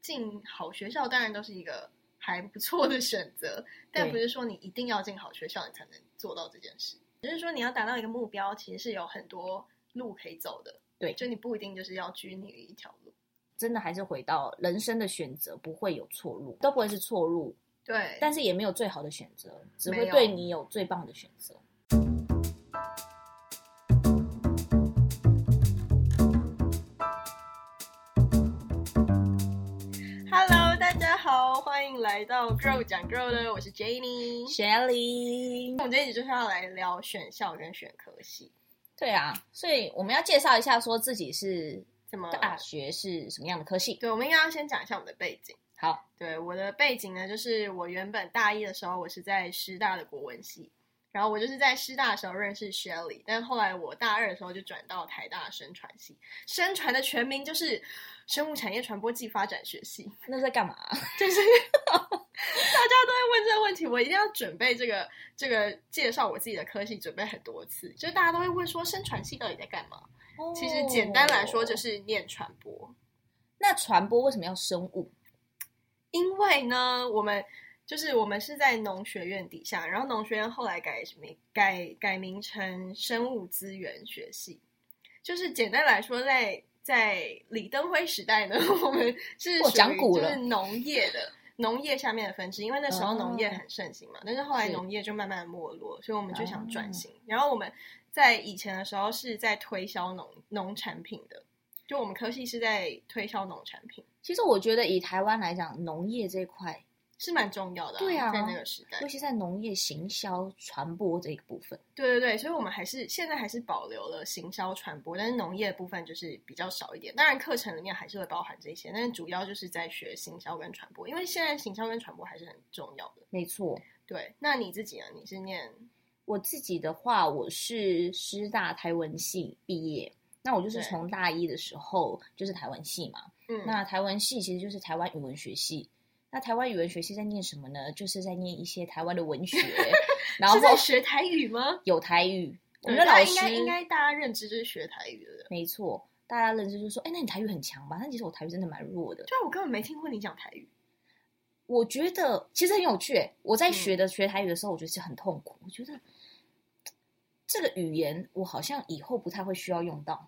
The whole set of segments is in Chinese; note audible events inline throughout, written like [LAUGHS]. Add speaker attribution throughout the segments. Speaker 1: 进好学校当然都是一个还不错的选择，但
Speaker 2: 对
Speaker 1: 不是说你一定要进好学校你才能做到这件事。只是说你要达到一个目标，其实是有很多路可以走的。
Speaker 2: 对
Speaker 1: 就你不一定就是要拘泥于一条路。
Speaker 2: 真的还是回到人生的选择不会有错路，都不会是错路，
Speaker 1: 对，
Speaker 2: 但是也没有最好的选择，只
Speaker 1: 没
Speaker 2: 会
Speaker 1: 有
Speaker 2: 对你有最棒的选择。
Speaker 1: Hello，大家好，欢迎来到 Grow 讲 Grow 的，我是 Jenny。
Speaker 2: Shelly，
Speaker 1: 我们这一集就是要来聊选校跟选科系，
Speaker 2: 对啊，所以我们要介绍一下，说自己是
Speaker 1: 怎么？
Speaker 2: 大学是什么样的科系。
Speaker 1: 对，我们应该要先讲一下我们的背景。
Speaker 2: 好，
Speaker 1: 对，我的背景呢，就是我原本大一的时候，我是在师大的国文系，然后我就是在师大的时候认识 Shelly，但后来我大二的时候就转到台大生传系，生传的全名就是生物产业传播暨发展学系。
Speaker 2: 那是在干嘛？
Speaker 1: 大家都会问这个问题，我一定要准备这个这个介绍我自己的科系，准备很多次。就是大家都会问说，生传系到底在干嘛？ [LAUGHS] 其实简单来说，就
Speaker 2: 哦
Speaker 1: 是念传播。
Speaker 2: 那传播为什么要生物？
Speaker 1: 因为呢，我们就是我们是在农学院底下，然后农学院后来改名改改名成生物资源学系。就是简单来说，在在李登辉时代呢， [LAUGHS] 我们是
Speaker 2: 我
Speaker 1: 属于
Speaker 2: 讲古
Speaker 1: 就
Speaker 2: 了
Speaker 1: 是农业的农业下面的分支，因为那时候农业很盛行嘛，但是后来
Speaker 2: 啊是
Speaker 1: 农业就慢慢地没落，所以我们就想转
Speaker 2: 哦
Speaker 1: 型。然后我们在以前的时候是在推销农农产品的，就我们科系是在推销农产品。
Speaker 2: 其实我觉得以台湾来讲，农业这一块，
Speaker 1: 是蛮重要的、
Speaker 2: 对啊
Speaker 1: 在那个时代
Speaker 2: 尤，其在农业行销传播这一部分，
Speaker 1: 对对对，所以我们还是现在还是保留了行销传播，但是农业的部分就是比较少一点。当然课程里面还是会包含这些，但是主要就是在学行销跟传播，因为现在行销跟传播还是很重要的。
Speaker 2: 没错。
Speaker 1: 对，那你自己呢？你是念
Speaker 2: 我自己的话，我是师大台文系毕业，那我就是
Speaker 1: 对
Speaker 2: 从大一的时候就是台文系嘛。
Speaker 1: 嗯
Speaker 2: 那台文系其实就是台湾语文学系。那台湾语文学系在念什么呢？就是在念一些台湾的
Speaker 1: [LAUGHS]
Speaker 2: 文学，然后
Speaker 1: 是在学台语吗？
Speaker 2: 有台语。我
Speaker 1: 对
Speaker 2: 们的
Speaker 1: 大家
Speaker 2: 老
Speaker 1: 应该
Speaker 2: 师
Speaker 1: 应该大家认知就是学台语的。
Speaker 2: 没错，大家认知就说：“哎，那你台语很强吧？”但其实我台语真的蛮弱的。
Speaker 1: 对啊，我根本没听过你讲台语。
Speaker 2: 我觉得其实很有趣欸。我在
Speaker 1: 嗯
Speaker 2: 学的学台语的时候，我觉得是很痛苦。我觉得这个语言我好像以后不太会需要用到，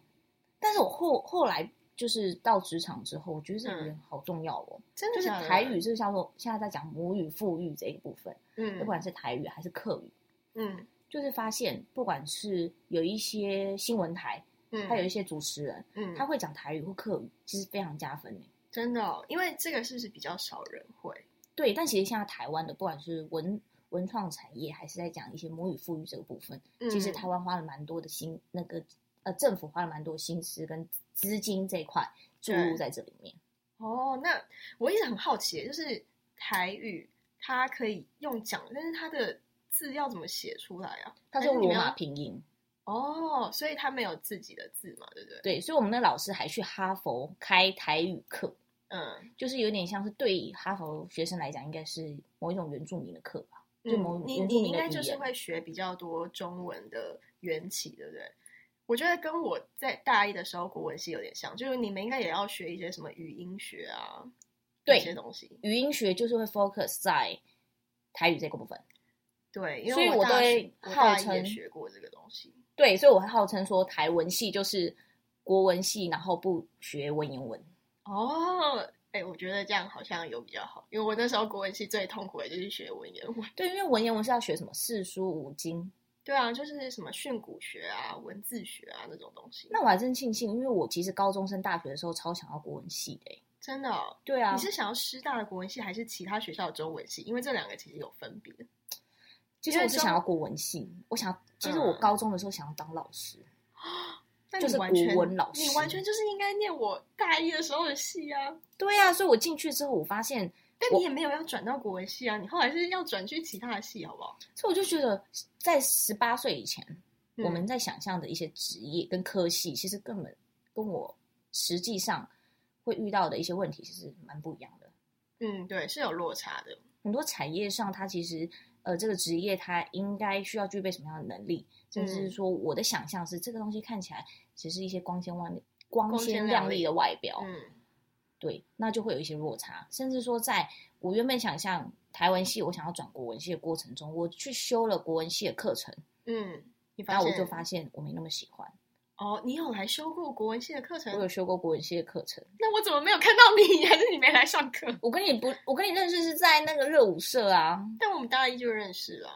Speaker 2: 但是我后后来就是到职场之后，我觉得这
Speaker 1: 嗯
Speaker 2: 语言好重要哦。
Speaker 1: 真的
Speaker 2: 就是
Speaker 1: 假的
Speaker 2: 台语，，就是叫做现在在讲母语、父语这一部分，不
Speaker 1: 嗯
Speaker 2: 管是台语还是客语，
Speaker 1: 嗯
Speaker 2: 就是发现不管是有一些新闻台，
Speaker 1: 嗯，
Speaker 2: 还有一些主持人，
Speaker 1: 嗯，
Speaker 2: 他会讲台语或客语，其实非常加分欸
Speaker 1: 真的、哦，因为这个是不是比较少人会？
Speaker 2: 对，但其实现在台湾的不管是文文创产业，还是在讲一些母语富裕这个部分，其实
Speaker 1: 嗯
Speaker 2: 台湾花了蛮多的心，那个呃政府花了蛮多心思跟资金这一块注入
Speaker 1: 对
Speaker 2: 在这里面。
Speaker 1: 哦，那我一直很好奇，就是台语它可以用讲，但是它的字要怎么写出来啊？
Speaker 2: 它是
Speaker 1: 还是
Speaker 2: 用
Speaker 1: 你
Speaker 2: 罗
Speaker 1: 们
Speaker 2: 马
Speaker 1: 要
Speaker 2: 拼音，
Speaker 1: 哦，所以它没有自己的字嘛，对不对？
Speaker 2: 对，所以我们的老师还去哈佛开台语课，
Speaker 1: 嗯，
Speaker 2: 就是有点像是对哈佛学生来讲，应该是某一种原住民的课吧，就某
Speaker 1: 嗯你
Speaker 2: 原
Speaker 1: 你
Speaker 2: 住民
Speaker 1: 应
Speaker 2: 的
Speaker 1: 该
Speaker 2: 语
Speaker 1: 就是
Speaker 2: 言。
Speaker 1: 会学比较多中文的缘起，对不对？我觉得跟我在大一的时候国文系有点像，就是你们应该也要学一些什么语音学啊，
Speaker 2: 对
Speaker 1: 这些东西。
Speaker 2: 语音学就是会 focus 在台语这个部分。
Speaker 1: 对，因为
Speaker 2: 所以
Speaker 1: 我
Speaker 2: 我
Speaker 1: 大
Speaker 2: 都
Speaker 1: 学
Speaker 2: 会
Speaker 1: 我
Speaker 2: 号
Speaker 1: 大一也
Speaker 2: 称
Speaker 1: 学过这个东西。
Speaker 2: 对，所以我会号称说台文系就是国文系，然后不学文言文。
Speaker 1: 哦，哎、我觉得这样好像有比较好，因为我那时候国文系最痛苦的就是学文言文。
Speaker 2: 对，因为文言文是要学什么四书五经。
Speaker 1: 对啊，就是什么训诂学啊、文字学啊那种东西。
Speaker 2: 那我还真庆幸，因为我其实高中升大学的时候超想要国文系的欸、
Speaker 1: 真的哦、
Speaker 2: 对啊
Speaker 1: 你，是想要师大的国文系，还是其他学校的中文系？因为这两个其实有分别。
Speaker 2: 其实我
Speaker 1: 因
Speaker 2: 是
Speaker 1: 为
Speaker 2: 想
Speaker 1: 中
Speaker 2: 要国文系，我想其实我
Speaker 1: 嗯
Speaker 2: 高中的时候想要当老师。
Speaker 1: 那
Speaker 2: 就
Speaker 1: 你
Speaker 2: 是
Speaker 1: 完
Speaker 2: 国
Speaker 1: 全，
Speaker 2: 文老
Speaker 1: 你
Speaker 2: 师
Speaker 1: 完全就是应该念我大一的时候的系啊。
Speaker 2: 对啊，所以我进去之后，我发现，
Speaker 1: 但
Speaker 2: 我
Speaker 1: 你也没有要转到国文系啊，你后来是要转去其他的系，好不好？
Speaker 2: 所以我就觉得，在十八岁以前，我
Speaker 1: 嗯
Speaker 2: 们在想象的一些职业跟科系，其实根本跟我实际上会遇到的一些问题，其实蛮不一样的。
Speaker 1: 嗯，对，是有落差的。
Speaker 2: 很多产业上，它其实呃，这个职业它应该需要具备什么样的能力，甚至是
Speaker 1: 嗯
Speaker 2: 说我的想象是这个东西看起来只是一些光鲜万光
Speaker 1: 光鲜
Speaker 2: 鲜
Speaker 1: 亮
Speaker 2: 亮丽
Speaker 1: 丽
Speaker 2: 的外表，
Speaker 1: 嗯，
Speaker 2: 对，那就会有一些落差，甚至说，在我原本想象台文系我想要转国文系的过程中，我去修了国文系的课程，
Speaker 1: 嗯，你发
Speaker 2: 然后我
Speaker 1: 现
Speaker 2: 就发现我没那么喜欢。
Speaker 1: 哦，你有来修过国文系的课程
Speaker 2: 我？有修过国文系的课程，
Speaker 1: 那我怎么没有看到你？ [LAUGHS] 还是你没来上课？
Speaker 2: 我跟你不，我跟你认识是在那个热舞社啊，
Speaker 1: 但我们大一就认识了，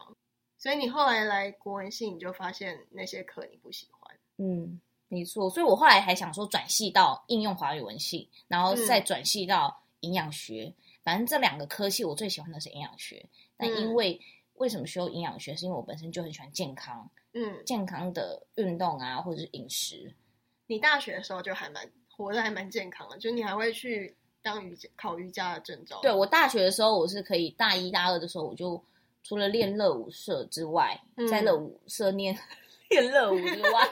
Speaker 1: 所以你后来来国文系，你就发现那些课你不喜欢。
Speaker 2: 嗯，没错，所以我后来还想说转系到应用华语文系，然后
Speaker 1: 嗯
Speaker 2: 再转系到营养学。反正这两个科系，我最喜欢的是营养学。但因
Speaker 1: 嗯
Speaker 2: 为、为什么修营养学，是因为我本身就很喜欢健康，
Speaker 1: 嗯，
Speaker 2: 健康的运动啊，或者是饮食。
Speaker 1: 你大学的时候就还蛮活得还蛮健康的，就是你还会去当瑜伽考瑜伽的证照。
Speaker 2: 对我大学的时候，我是可以大一大二的时候，我就除了练热舞社之外，
Speaker 1: 嗯
Speaker 2: 在热舞社念 [LAUGHS] 练热舞之外，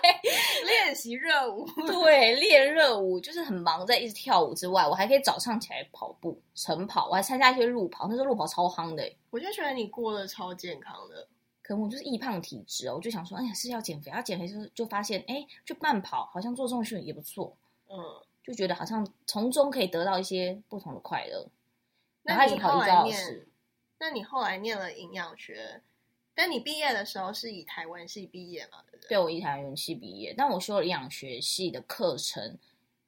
Speaker 1: 练习热舞，
Speaker 2: 对，练热舞就是很忙，在一直跳舞之外，我还可以早上起来跑步、晨跑，我还参加一些路跑，那时候路跑超夯的欸、
Speaker 1: [LAUGHS] 我就觉得你过得超健康的。
Speaker 2: 可能我就是易胖体质哦，我就想说，哎呀是要减肥，要减肥就是就发现，哎，去慢跑好像做重训也不错，
Speaker 1: 嗯，
Speaker 2: 就觉得好像从中可以得到一些不同的快乐。然
Speaker 1: 那
Speaker 2: 后开始
Speaker 1: 你后
Speaker 2: 跑瑜
Speaker 1: 来
Speaker 2: 伽老
Speaker 1: 念
Speaker 2: 师，，
Speaker 1: 那你后来念了营养学，但你毕业的时候是以台湾系毕业嘛？对不对？
Speaker 2: 对我一台元系毕业，但我修了营养学系的课程，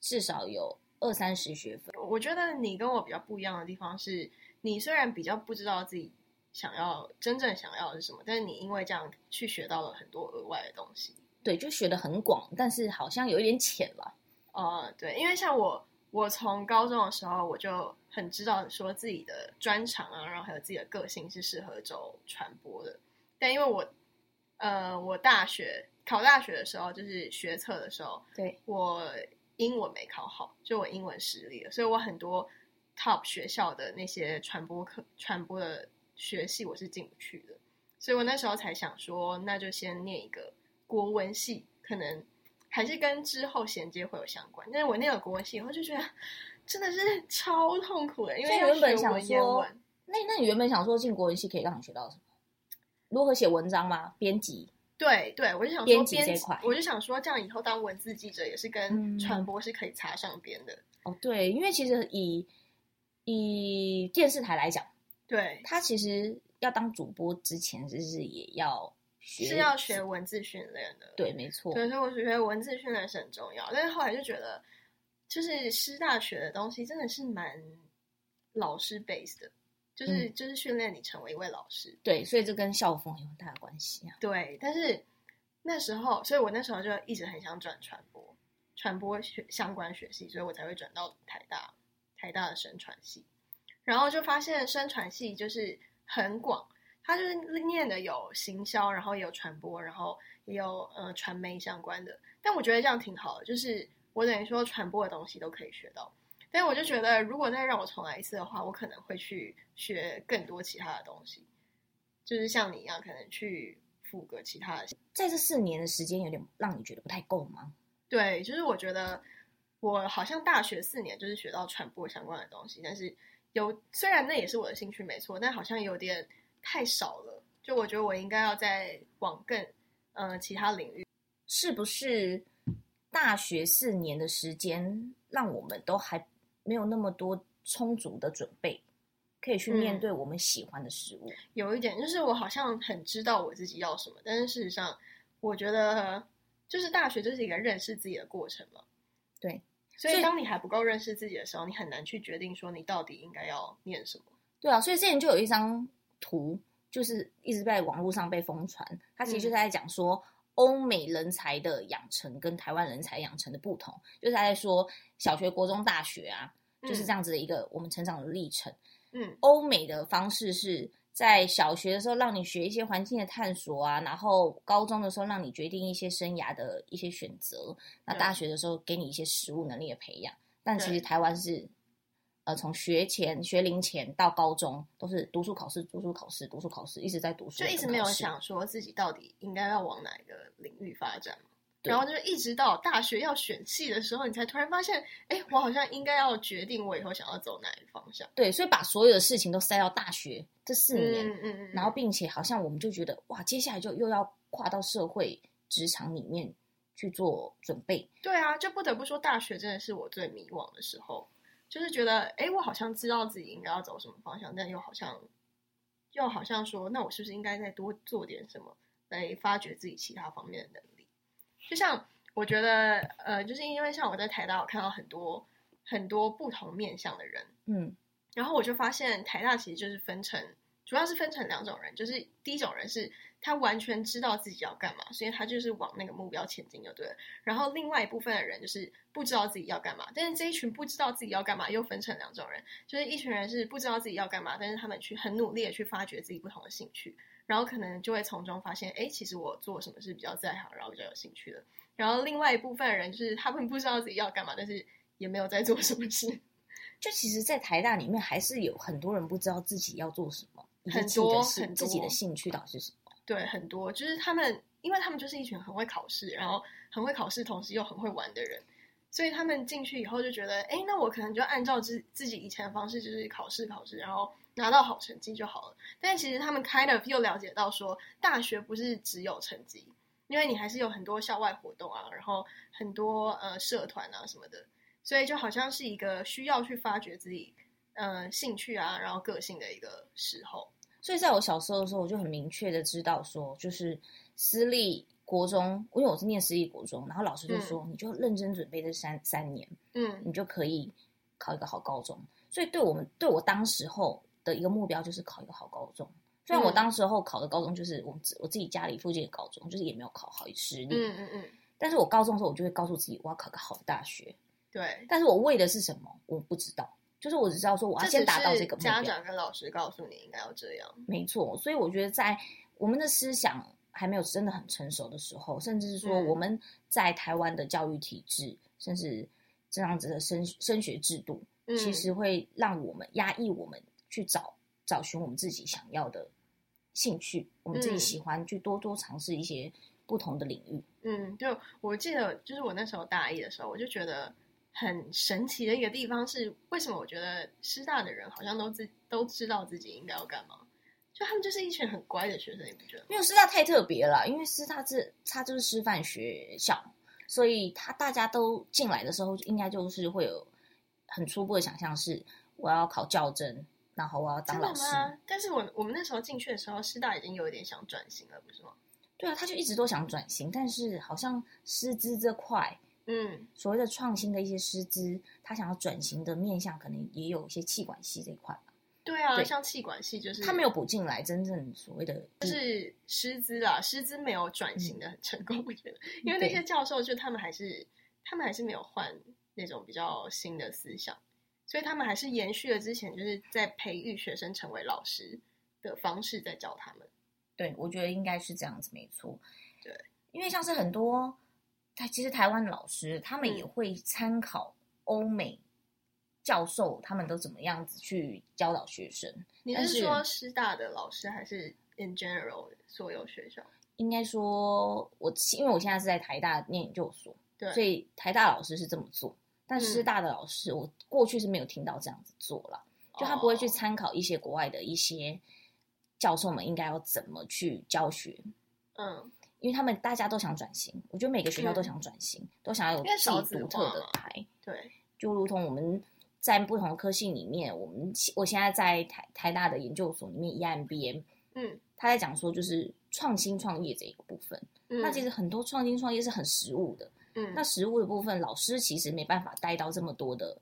Speaker 2: 至少有二三十学分。
Speaker 1: 我觉得你跟我比较不一样的地方是，你虽然比较不知道自己想要真正想要的是什么，但是你因为这样去学到了很多额外的东西。
Speaker 2: 对，就学的很广，但是好像有一点浅了。
Speaker 1: 呃，对，因为像我，我从高中的时候我就很知道说自己的专长啊，然后还有自己的个性是适合走传播的。但因为我，呃，我大学考大学的时候，就是学测的时候，
Speaker 2: 对，
Speaker 1: 我英文没考好，就我英文实力了，所以我很多 top 学校的那些传播课、传播的学系我是进不去的，所以我那时候才想说，那就先念一个国文系，可能还是跟之后衔接会有相关。但是我念了国文系以后，就觉得啊真的是超痛苦的，因为
Speaker 2: 所以原本
Speaker 1: 要学
Speaker 2: 想
Speaker 1: 文言
Speaker 2: 说
Speaker 1: 文。
Speaker 2: 那那你原本想说进国文系可以让你学到什么？如何写文章吗？编辑？
Speaker 1: 对对，我就想说
Speaker 2: 编辑这一
Speaker 1: 辑
Speaker 2: 块
Speaker 1: 我就想说这样以后当文字记者也是跟
Speaker 2: 嗯
Speaker 1: 传播是可以插上边的。
Speaker 2: 哦，对，因为其实以以电视台来讲，
Speaker 1: 对，
Speaker 2: 他其实要当主播之前，就是也要学，
Speaker 1: 是要学文字训练的。
Speaker 2: 对，没错，
Speaker 1: 对，所以我觉得文字训练是很重要，但是后来就觉得，就是师大学的东西真的是蛮老师 base 的，就是、就是训练你成为一位老师。
Speaker 2: 对，所以这跟校风有很大的关系啊。
Speaker 1: 对，但是那时候，所以我那时候就一直很想转传播，传播学相关学系，所以我才会转到台大，台大的生传系，然后就发现生传系就是很广，它就是念的有行销，然后也有传播，然后也有呃传媒相关的，但我觉得这样挺好的，就是我等于说传播的东西都可以学到。但我就觉得，如果再让我重来一次的话，我可能会去学更多其他的东西，就是像你一样，可能去辅个其他的
Speaker 2: 在这四年的时间，有点让你觉得不太够吗？
Speaker 1: 对，就是我觉得我好像大学四年就是学到传播相关的东西，但是有虽然那也是我的兴趣没错，但好像有点太少了。就我觉得我应该要再往更呃其他领域，
Speaker 2: 是不是大学四年的时间，让我们都还没有那么多充足的准备，可以去面
Speaker 1: 嗯
Speaker 2: 对我们喜欢的事物？
Speaker 1: 有一点就是我好像很知道我自己要什么，但是事实上我觉得就是大学就是一个认识自己的过程嘛。
Speaker 2: 对，
Speaker 1: 所
Speaker 2: 所
Speaker 1: 以
Speaker 2: 以
Speaker 1: 当你还不够认识自己的时候，你很难去决定说你到底应该要念什么。
Speaker 2: 对啊，所以之前就有一张图，就是一直在网络上被疯传，它其实就是在讲说。欧美人才的养成跟台湾人才养成的不同，就是他在说小学、国中、大学啊，就是这样子的一个我们成长的历程。
Speaker 1: 嗯。嗯
Speaker 2: 欧美的方式是在小学的时候让你学一些环境的探索啊，然后高中的时候让你决定一些生涯的一些选择，那
Speaker 1: 对
Speaker 2: 大学的时候给你一些实务能力的培养。但其
Speaker 1: 对
Speaker 2: 实台湾是，呃，从学前、学龄前到高中都是读书考试、读书考试、读书考试，一直在读书，
Speaker 1: 就一直没有
Speaker 2: 考试。
Speaker 1: 想说自己到底应该要往哪一个领域发展嘛
Speaker 2: 对
Speaker 1: 然后就是一直到大学要选系的时候，你才突然发现，哎，我好像应该要决定我以后想要走哪一个方向。
Speaker 2: 对，所以把所有的事情都塞到大学这四年，
Speaker 1: 嗯嗯
Speaker 2: 然后并且好像我们就觉得哇，接下来就又要跨到社会职场里面去做准备。
Speaker 1: 对啊，就不得不说，大学真的是我最迷惘的时候。就是觉得，哎，我好像知道自己应该要走什么方向，但又好像又好像说，那我是不是应该再多做点什么来发掘自己其他方面的能力？就像我觉得，呃，就是因为像我在台大，我看到很多很多不同面向的人，
Speaker 2: 嗯
Speaker 1: 然后我就发现台大其实就是分成，主要是分成两种人，就是第一种人是他完全知道自己要干嘛，所以他就是往那个目标前进就对了。然后另外一部分的人就是不知道自己要干嘛，但是这一群不知道自己要干嘛又分成两种人，就是一群人是不知道自己要干嘛，但是他们去很努力的去发掘自己不同的兴趣，然后可能就会从中发现，哎，其实我做什么是比较在行，然后比较有兴趣的。然后另外一部分的人就是他们不知道自己要干嘛，但是也没有在做什么事。
Speaker 2: 就其实，在台大里面还是有很多人不知道自己要做什么，以及
Speaker 1: 很
Speaker 2: 自己
Speaker 1: 多
Speaker 2: 的兴
Speaker 1: 很
Speaker 2: 自己的
Speaker 1: 多
Speaker 2: 兴趣到底是什么。
Speaker 1: 对，很多就是他们，因为他们就是一群很会考试，然后很会考试，同时又很会玩的人，所以他们进去以后就觉得，哎，那我可能就按照自自己以前的方式，就是考试考试，然后拿到好成绩就好了。但其实他们 kind of 又了解到说，大学不是只有成绩，因为你还是有很多校外活动啊，然后很多呃社团啊什么的，所以就好像是一个需要去发掘自己呃兴趣啊，然后个性的一个时候。
Speaker 2: 所以在我小时候的时候，我就很明确的知道说，就是私立国中，因为我是念私立国中，然后老师就说，你就认真准备这三三年，
Speaker 1: 嗯，
Speaker 2: 你就可以考一个好高中。所以对我们对我当时候的一个目标就是考一个好高中。虽然我
Speaker 1: 嗯
Speaker 2: 当时候考的高中就是我们自我自己家里附近的高中，就是也没有考好实力，
Speaker 1: 嗯嗯嗯，
Speaker 2: 但是我高中的时候我就会告诉自己我要考个好的大学，
Speaker 1: 对。
Speaker 2: 但是我为的是什么我不知道，就是我只知道说我要先达到
Speaker 1: 只
Speaker 2: 这
Speaker 1: 是
Speaker 2: 个目
Speaker 1: 家
Speaker 2: 标，
Speaker 1: 长跟老师告诉你应该要这样。
Speaker 2: 没错。所以我觉得在我们的思想还没有真的很成熟的时候，甚至是说
Speaker 1: 嗯
Speaker 2: 我们在台湾的教育体制，甚至这样子的升升学制度，
Speaker 1: 嗯
Speaker 2: 其实会让我们压抑我们去找找寻我们自己想要的兴趣，我们自己
Speaker 1: 嗯
Speaker 2: 喜欢去多多尝试一些不同的领域。
Speaker 1: 嗯，就我记得，就是我那时候大一的时候，我就觉得很神奇的一个地方是，为什么我觉得师大的人好像都知都知道自己应该要干嘛，就他们就是一群很乖的学生，你不觉得吗？
Speaker 2: 没有师大太特别了，因为师大是它就是师范学校，所以他大家都进来的时候，应该就是会有很初步的想象是我要考教甄，然后我要当
Speaker 1: 真的
Speaker 2: 老师。
Speaker 1: 吗？但是我我们那时候进去的时候，师大已经有一点想转型了，不是吗？
Speaker 2: 对啊，他就一直都想转型，但是好像师资这块
Speaker 1: 嗯
Speaker 2: 所谓的创新的一些师资，他想要转型的面向，可能也有一些气管系这一块吧，，
Speaker 1: 对啊，
Speaker 2: 对
Speaker 1: 像气管系就是
Speaker 2: 他没有补进来真正所谓的
Speaker 1: 就是师资啊，师资没有转型的很成功，我觉得，因为那
Speaker 2: 嗯对
Speaker 1: 些教授就他们还是他们还是没有换那种比较新的思想，所以他们还是延续了之前就是在培育学生成为老师的方式在教他们。
Speaker 2: 对，我觉得应该是这样子，没错。
Speaker 1: 对，
Speaker 2: 因为像是很多，他其实台湾老师他们也
Speaker 1: 嗯
Speaker 2: 会参考欧美教授他们都怎么样子去教导学生。
Speaker 1: 你
Speaker 2: 但是
Speaker 1: 说师大的老师还是 in general 所有学校？
Speaker 2: 应该说，我因为我现在是在台大念研究所，
Speaker 1: 对，
Speaker 2: 所以台大老师是这么做，但师
Speaker 1: 嗯
Speaker 2: 大的老师我过去是没有听到这样子做了。就他不会去
Speaker 1: 哦
Speaker 2: 参考一些国外的一些教授们应该要怎么去教学，
Speaker 1: 嗯，
Speaker 2: 因为他们大家都想转型，我觉得每个学校都
Speaker 1: 嗯
Speaker 2: 想转型，都想要有
Speaker 1: 因为
Speaker 2: 自
Speaker 1: 少
Speaker 2: 己
Speaker 1: 子
Speaker 2: 独特
Speaker 1: 化
Speaker 2: 的
Speaker 1: 嘛
Speaker 2: 牌，
Speaker 1: 对，
Speaker 2: 就如同我们在不同的科系里面，我们我现在在台台大的研究所里面，E EMBM，
Speaker 1: 嗯，
Speaker 2: 他在讲说就是创新创业这一个部分，
Speaker 1: 嗯
Speaker 2: 那其实很多创新创业是很实务的，
Speaker 1: 嗯，
Speaker 2: 那实务的部分，老师其实没办法带到这么多的，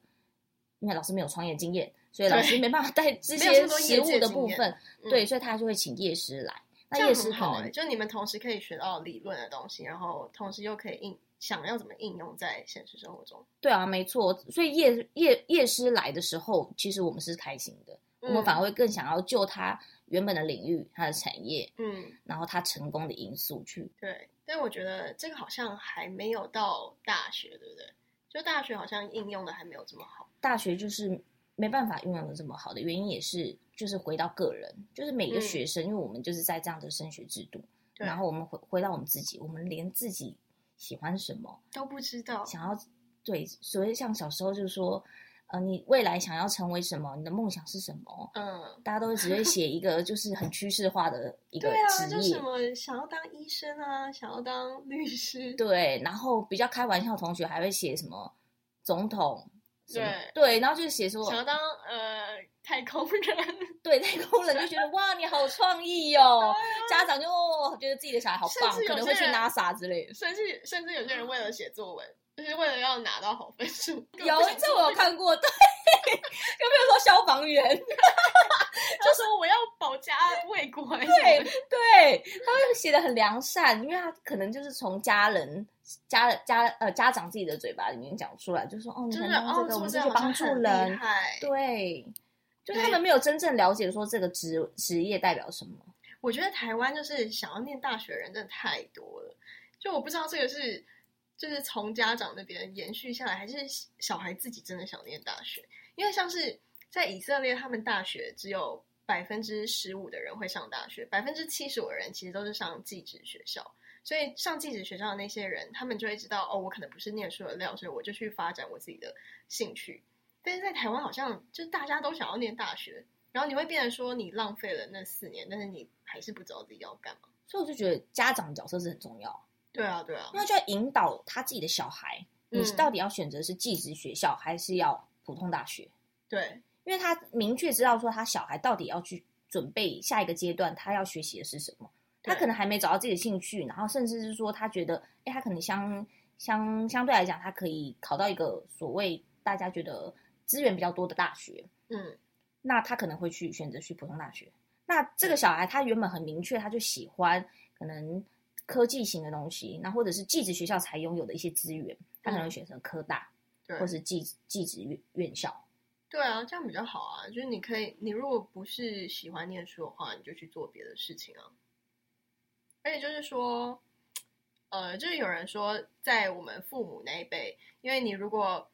Speaker 2: 因为老师没有创业经验，所以老师
Speaker 1: 对
Speaker 2: 没办法带 [LAUGHS] 这
Speaker 1: 没有这
Speaker 2: 些
Speaker 1: 么多
Speaker 2: 实
Speaker 1: 业
Speaker 2: 务
Speaker 1: 界
Speaker 2: 的
Speaker 1: 经
Speaker 2: 部
Speaker 1: 验
Speaker 2: 分，
Speaker 1: 嗯
Speaker 2: 对，所以他就会请业师来。
Speaker 1: 这
Speaker 2: 那
Speaker 1: 样
Speaker 2: 业师
Speaker 1: 很
Speaker 2: 可
Speaker 1: 好
Speaker 2: 能
Speaker 1: 哎、就你们同时可以学到理论的东西，然后同时又可以应想要怎么应用在现实生活中。
Speaker 2: 对啊，没错。所以夜夜夜师来的时候，其实我们是开心的，我们
Speaker 1: 嗯
Speaker 2: 反而会更想要就他原本的领域、他的产业，
Speaker 1: 嗯，
Speaker 2: 然后他成功的因素去。
Speaker 1: 对，但我觉得这个好像还没有到大学，对不对？就大学好像应用的还没有这么好。
Speaker 2: 大学就是没办法运用的这么好的原因，也是就是回到个人，就是每个
Speaker 1: 嗯
Speaker 2: 学生，因为我们就是在这样的升学制度，
Speaker 1: 对
Speaker 2: 然后我们回回到我们自己，我们连自己喜欢什么，
Speaker 1: 都不知道，
Speaker 2: 想要对，所以像小时候就是说，呃，你未来想要成为什么，你的梦想是什么，
Speaker 1: 嗯，
Speaker 2: 大家都只会写一个就是很趋势化的一个
Speaker 1: 对啊，
Speaker 2: 职
Speaker 1: 就
Speaker 2: 业
Speaker 1: 什，么想要当医生啊，想要当律师，
Speaker 2: 对然后比较开玩笑，同学还会写什么总统、什么
Speaker 1: 对
Speaker 2: 对，然后就写说
Speaker 1: 想要当呃太空人， [LAUGHS]
Speaker 2: 对太空人就觉得哇你好创意哦，家长就哦觉得自己的小孩好
Speaker 1: 啊甚
Speaker 2: 棒，
Speaker 1: 至
Speaker 2: 可
Speaker 1: 有
Speaker 2: 能
Speaker 1: 些
Speaker 2: 会去
Speaker 1: 人
Speaker 2: NASA 之类的。
Speaker 1: 甚至甚至有些人为了写作文，就是为了要拿到好分数，根本不
Speaker 2: 有
Speaker 1: 想
Speaker 2: 这
Speaker 1: 做
Speaker 2: 我有看过，对， [LAUGHS] 有没有说消防员？ [LAUGHS]
Speaker 1: 就说我要保家卫国，还是
Speaker 2: 对对，他会写的很良善，因为他可能就是从家人、家家呃家长自己的嘴巴里面讲出来，就说哦，
Speaker 1: [LAUGHS]
Speaker 2: 你
Speaker 1: 就
Speaker 2: 很
Speaker 1: 是
Speaker 2: 用这
Speaker 1: 哦，
Speaker 2: 个，我们
Speaker 1: 这
Speaker 2: 就去帮助人，
Speaker 1: 害。
Speaker 2: 对，就是他
Speaker 1: 对
Speaker 2: 们没有真正了解说这个职职业代表什么。
Speaker 1: 我觉得台湾就是想要念大学的人真的太多了，就我不知道这个是就是从家长那边延续下来，还是小孩自己真的想念大学？因为像是在以色列，他们大学只有百分之十五的人会上大学，百分之七十五的人其实都是上寄职学校。所以上寄职学校的那些人，他们就会知道哦，我可能不是念书的料，所以我就去发展我自己的兴趣。但是在台湾，好像就是大家都想要念大学，然后你会变成说你浪费了那四年，但是你还是不知道自己要干嘛。
Speaker 2: 所以我就觉得家长角色是很重要，
Speaker 1: 对啊，对啊
Speaker 2: 因，为他就要引导他自己的小孩，你
Speaker 1: 嗯
Speaker 2: 到底要选择是寄职学校还是要普通大学？
Speaker 1: 对
Speaker 2: 因为他明确知道说他小孩到底要去准备下一个阶段他要学习的是什么，
Speaker 1: 对
Speaker 2: 他可能还没找到自己的兴趣，然后甚至是说他觉得，哎，他可能相相相对来讲，他可以考到一个所谓大家觉得资源比较多的大学，
Speaker 1: 嗯，
Speaker 2: 那他可能会去选择去普通大学。那这个小孩他原本很明确，他就喜欢可能科技型的东西，那或者是技职学校才拥有的一些资源，他可能会选择科大、
Speaker 1: 嗯对
Speaker 2: 或，是技技职院院校。
Speaker 1: 对啊，这样比较好啊。就是你可以，你如果不是喜欢念书的话，你就去做别的事情啊。而且就是说，呃，就是有人说，在我们父母那一辈，因为你如果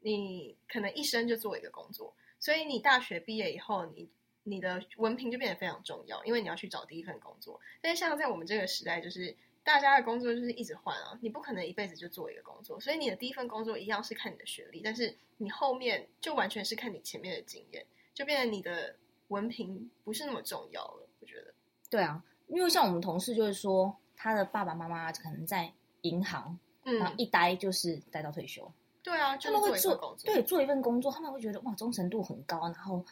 Speaker 1: 你可能一生就做一个工作，所以你大学毕业以后，你你的文凭就变得非常重要，因为你要去找第一份工作。但是像在我们这个时代，就是大家的工作就是一直换啊，你不可能一辈子就做一个工作，所以你的第一份工作一样是看你的学历，但是你后面就完全是看你前面的经验，就变成你的文凭不是那么重要了。我觉得，
Speaker 2: 对啊，因为像我们同事就是说，他的爸爸妈妈可能在银行，然后
Speaker 1: 嗯，
Speaker 2: 一待就是待到退休，
Speaker 1: 对啊，
Speaker 2: 他
Speaker 1: 就
Speaker 2: 们
Speaker 1: 是
Speaker 2: 会
Speaker 1: 做一份
Speaker 2: 做
Speaker 1: 工作，
Speaker 2: 对做一份工作，他们会觉得哇忠诚度很高，然后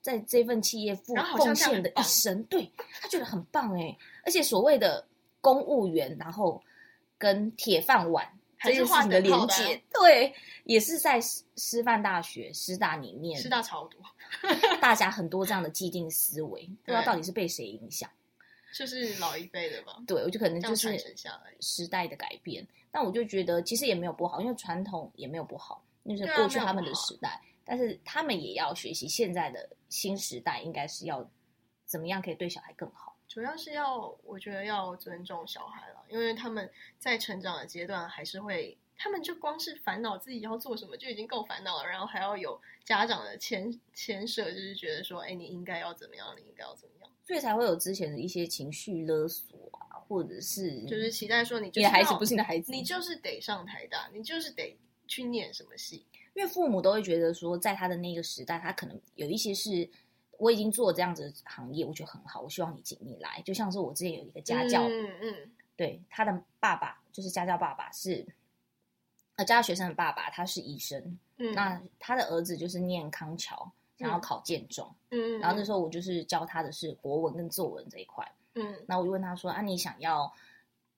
Speaker 2: 在这份企业付
Speaker 1: 然后好像
Speaker 2: 奉
Speaker 1: 这样
Speaker 2: 献
Speaker 1: 很
Speaker 2: 的一
Speaker 1: 棒
Speaker 2: 生，对他觉得很棒哎、而且所谓的公务员，然后跟铁饭碗。
Speaker 1: 还
Speaker 2: 这
Speaker 1: 是
Speaker 2: 件事
Speaker 1: 画
Speaker 2: 情的
Speaker 1: 等号
Speaker 2: 连
Speaker 1: 的啊
Speaker 2: 接，对，也是在师师范大学、师大里面，
Speaker 1: 师大超多，
Speaker 2: 大家很多这样的既定思维，不知道
Speaker 1: 对
Speaker 2: 到底是被谁影响。
Speaker 1: 就是老一辈的吧，
Speaker 2: 对，我就可能
Speaker 1: 这
Speaker 2: 就
Speaker 1: 样
Speaker 2: 是
Speaker 1: 传承下来。
Speaker 2: 时代的改变，但我就觉得其实也没有不好，因为传统也没有不好，那就是
Speaker 1: 对啊
Speaker 2: 过去
Speaker 1: 没有
Speaker 2: 他们
Speaker 1: 不
Speaker 2: 的
Speaker 1: 好
Speaker 2: 时代，但是他们也要学习现在的新时代，应该是要怎么样可以对小孩更好。
Speaker 1: 主要是要，我觉得要尊重小孩了，因为他们在成长的阶段还是会，他们就光是烦恼自己要做什么就已经够烦恼了，然后还要有家长的牵牵涉，就是觉得说，哎，你应该要怎么样，你应该要怎么样，
Speaker 2: 所以才会有之前的一些情绪勒索啊，或者是
Speaker 1: 就是期待说你就是
Speaker 2: 你的孩
Speaker 1: 要
Speaker 2: 子不是你的孩子，
Speaker 1: 你就是得上台大，你就是得去念什么系，
Speaker 2: 因为父母都会觉得说，在他的那个时代，他可能有一些是我已经做这样子的行业，我觉得很好，我希望你进你来。就像是我之前有一个家教
Speaker 1: 嗯嗯，
Speaker 2: 对，他的爸爸就是家教爸爸是，呃，家教学生的爸爸，他是医生，
Speaker 1: 嗯
Speaker 2: 那他的儿子就是念康桥，想要
Speaker 1: 嗯
Speaker 2: 考建中，
Speaker 1: 嗯，
Speaker 2: 然后那时
Speaker 1: 候
Speaker 2: 候我就是教他的是国文跟作文这一块，
Speaker 1: 嗯
Speaker 2: 那我就问他说啊，你想要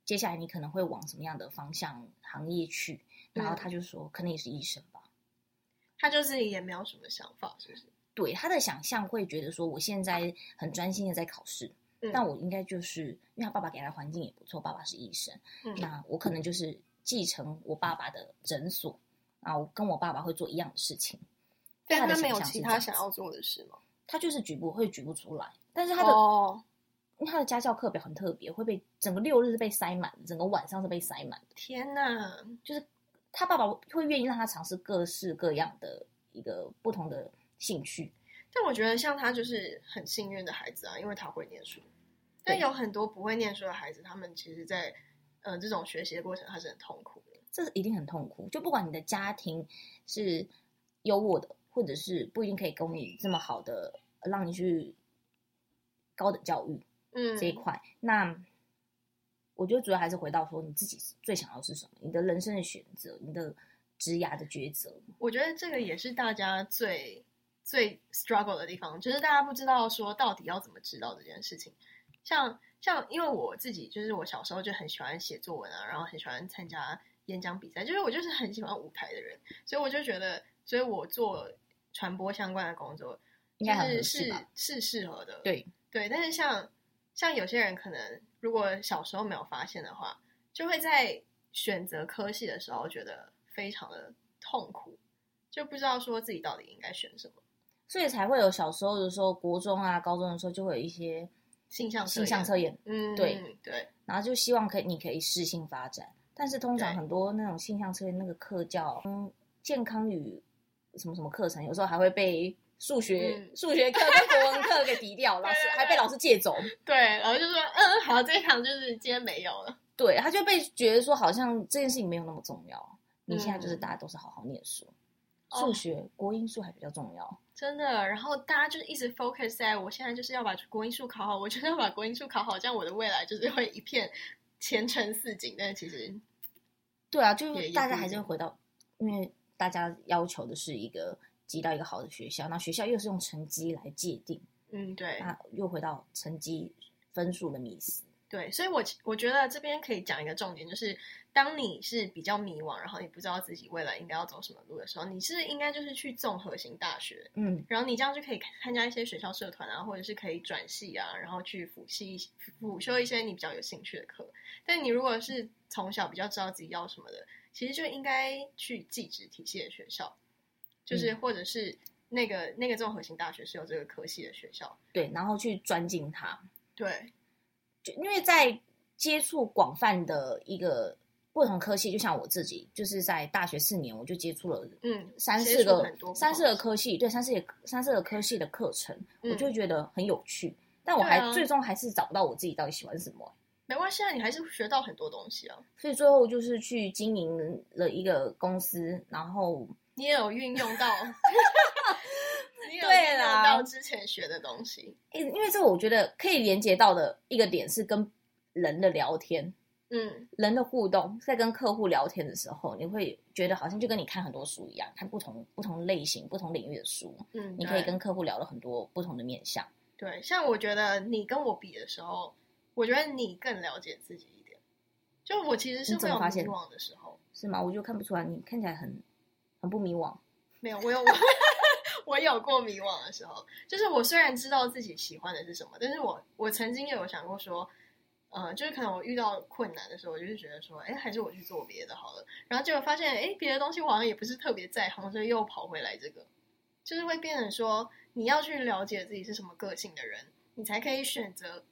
Speaker 2: 接下来你可能会往什么样的方向行业去？然后
Speaker 1: 嗯
Speaker 2: 他就说，可能也是医生吧。
Speaker 1: 他就是也没有什么想法，是不是？
Speaker 2: 对他的想象会觉得说，我现在很专心的在考试，
Speaker 1: 嗯
Speaker 2: 但我应该就是因为他爸爸给他的环境也不错，爸爸是医生，
Speaker 1: 嗯
Speaker 2: 那我可能就是继承我爸爸的诊所，啊，我跟我爸爸会做一样的事情。
Speaker 1: 但
Speaker 2: 的
Speaker 1: 他没
Speaker 2: 想
Speaker 1: 有
Speaker 2: 象
Speaker 1: 其
Speaker 2: 是
Speaker 1: 他
Speaker 2: 这
Speaker 1: 想
Speaker 2: 样子，
Speaker 1: 要做的事吗？
Speaker 2: 他就是举不会举不出来，但是他的、
Speaker 1: 哦，
Speaker 2: 因为他的家教课表很特别，会被整个六日是被塞满，整个晚上是被塞满。
Speaker 1: 天哪，
Speaker 2: 他爸爸会愿意让他尝试各式各样的一个不同的兴趣，
Speaker 1: 但我觉得像他就是很幸运的孩子啊，因为他会念书。但
Speaker 2: 对
Speaker 1: 有很多不会念书的孩子，他们其实在，呃这种学习的过程，他是很痛苦的。
Speaker 2: 这一定很痛苦。就不管你的家庭是优渥的，或者是不一定可以供你这么好的，让你去高等教育
Speaker 1: 嗯
Speaker 2: 这一块。那我觉得主要还是回到说你自己最想要是什么，你的人生的选择，你的职涯的抉择。
Speaker 1: 我觉得这个也是大家最最 struggle 的地方，就是大家不知道说到底要怎么知道这件事情。像像因为我自己就是我小时候就很喜欢写作文啊，然后很喜欢参加演讲比赛，就是我就是很喜欢舞台的人，所以我就觉得，所以我做传播相关的工作，
Speaker 2: 应
Speaker 1: 就
Speaker 2: 该很
Speaker 1: 是
Speaker 2: 合适
Speaker 1: 是
Speaker 2: 吧？
Speaker 1: 是适合的，
Speaker 2: 对，
Speaker 1: 对，但是像像有些人可能如果小时候没有发现的话，就会在选择科系的时候觉得非常的痛苦，就不知道说自己到底应该选什么。
Speaker 2: 所以才会有小时候的时候，国中啊、高中的时候就会有一些
Speaker 1: 性向测
Speaker 2: 性向
Speaker 1: 验
Speaker 2: 测验，
Speaker 1: 嗯，
Speaker 2: 对
Speaker 1: 对，
Speaker 2: 然后就希望可以你可以适性发展。但是通常
Speaker 1: 对
Speaker 2: 很多那种性向测验那个课叫嗯健康与什么什么课程，有时候还会被数学、
Speaker 1: 嗯
Speaker 2: 数学课跟国文课给抵掉，老师
Speaker 1: [LAUGHS] 对对对
Speaker 2: 还被老师借走。
Speaker 1: 对，然后就说嗯，好，这一堂就是今天没有了。
Speaker 2: 对，他就被觉得说好像这件事情没有那么重要。你现在就是
Speaker 1: 嗯
Speaker 2: 大家都是好好念书，
Speaker 1: 哦
Speaker 2: 数学、国英数还比较重要。
Speaker 1: 真的，然后大家就是一直 focus 在我现在就是要把国英数考好，我就是要把国英数考好，这样我的未来就是会一片 [LAUGHS] 前程似锦。但其实
Speaker 2: 对啊，就
Speaker 1: 也
Speaker 2: 是
Speaker 1: 也
Speaker 2: 大
Speaker 1: 不
Speaker 2: 家
Speaker 1: 一
Speaker 2: 还是
Speaker 1: 定
Speaker 2: 会回到，因为大家要求的是一个集到一个好的学校，那学校又是用成绩来界定，
Speaker 1: 嗯，对，
Speaker 2: 那又回到成绩分数的迷思。
Speaker 1: 对，所以我其我觉得这边可以讲一个重点，就是当你是比较迷惘，然后你不知道自己未来应该要走什么路的时候，你是应该就是去综合型大学，
Speaker 2: 嗯，
Speaker 1: 然后你这样就可以参加一些学校社团啊，或者是可以转系啊，然后去辅系辅修一些你比较有兴趣的课。但你如果是从小比较知道自己要什么的，其实就应该去技职体系的学校，就是或者是那个那个综合型大学是有这个科系的学校，
Speaker 2: 对，然后去专精它，
Speaker 1: 对，
Speaker 2: 就因为在接触广泛的一个不同科系，就像我自己，就是在大学四年我就接触了。
Speaker 1: 嗯，
Speaker 2: 三
Speaker 1: 接
Speaker 2: 四
Speaker 1: 触
Speaker 2: 个
Speaker 1: 很多不
Speaker 2: 三
Speaker 1: 同
Speaker 2: 四
Speaker 1: 的
Speaker 2: 个科系，对三四个三四个科系的课程，我
Speaker 1: 嗯
Speaker 2: 就会觉得很有趣，但我
Speaker 1: 对
Speaker 2: 还、
Speaker 1: 啊
Speaker 2: 最终还是找不到我自己到底喜欢什么、
Speaker 1: 没关系啊，你还是学到很多东西啊。
Speaker 2: 所以最后就是去经营了一个公司，然后
Speaker 1: 你也有运
Speaker 2: [LAUGHS]
Speaker 1: 用到，你有
Speaker 2: 对
Speaker 1: 运用
Speaker 2: 啦
Speaker 1: 到之前学的东西。
Speaker 2: 因因为这个我觉得可以连接到的一个点是跟人的聊天、
Speaker 1: 嗯，
Speaker 2: 人的互动，在跟客户聊天的时候，你会觉得好像就跟你看很多书一样，看不同不同类型、不同领域的书，
Speaker 1: 嗯，
Speaker 2: 你可以
Speaker 1: 对
Speaker 2: 跟客户聊了很多不同的面向。
Speaker 1: 对，像我觉得你跟我比的时候，我觉得你更了解自己一点。就我其实是
Speaker 2: 你怎
Speaker 1: 会
Speaker 2: 么
Speaker 1: 有
Speaker 2: 发
Speaker 1: 迷
Speaker 2: 现
Speaker 1: 惘的时候，
Speaker 2: 是吗？我就看不出来，你看起来很很不迷惘。
Speaker 1: 没有，我
Speaker 2: [LAUGHS]
Speaker 1: 有我有过迷惘的时候。就是我虽然知道自己喜欢的是什么，但是我我曾经也有想过说，呃，就是可能我遇到困难的时候，我就是觉得说，哎，还是我去做别的好了。然后结果发现，哎，别的东西我好像也不是特别在行，所以又跑回来这个，就是会变成说，你要去了解自己是什么个性的人，你才可以选择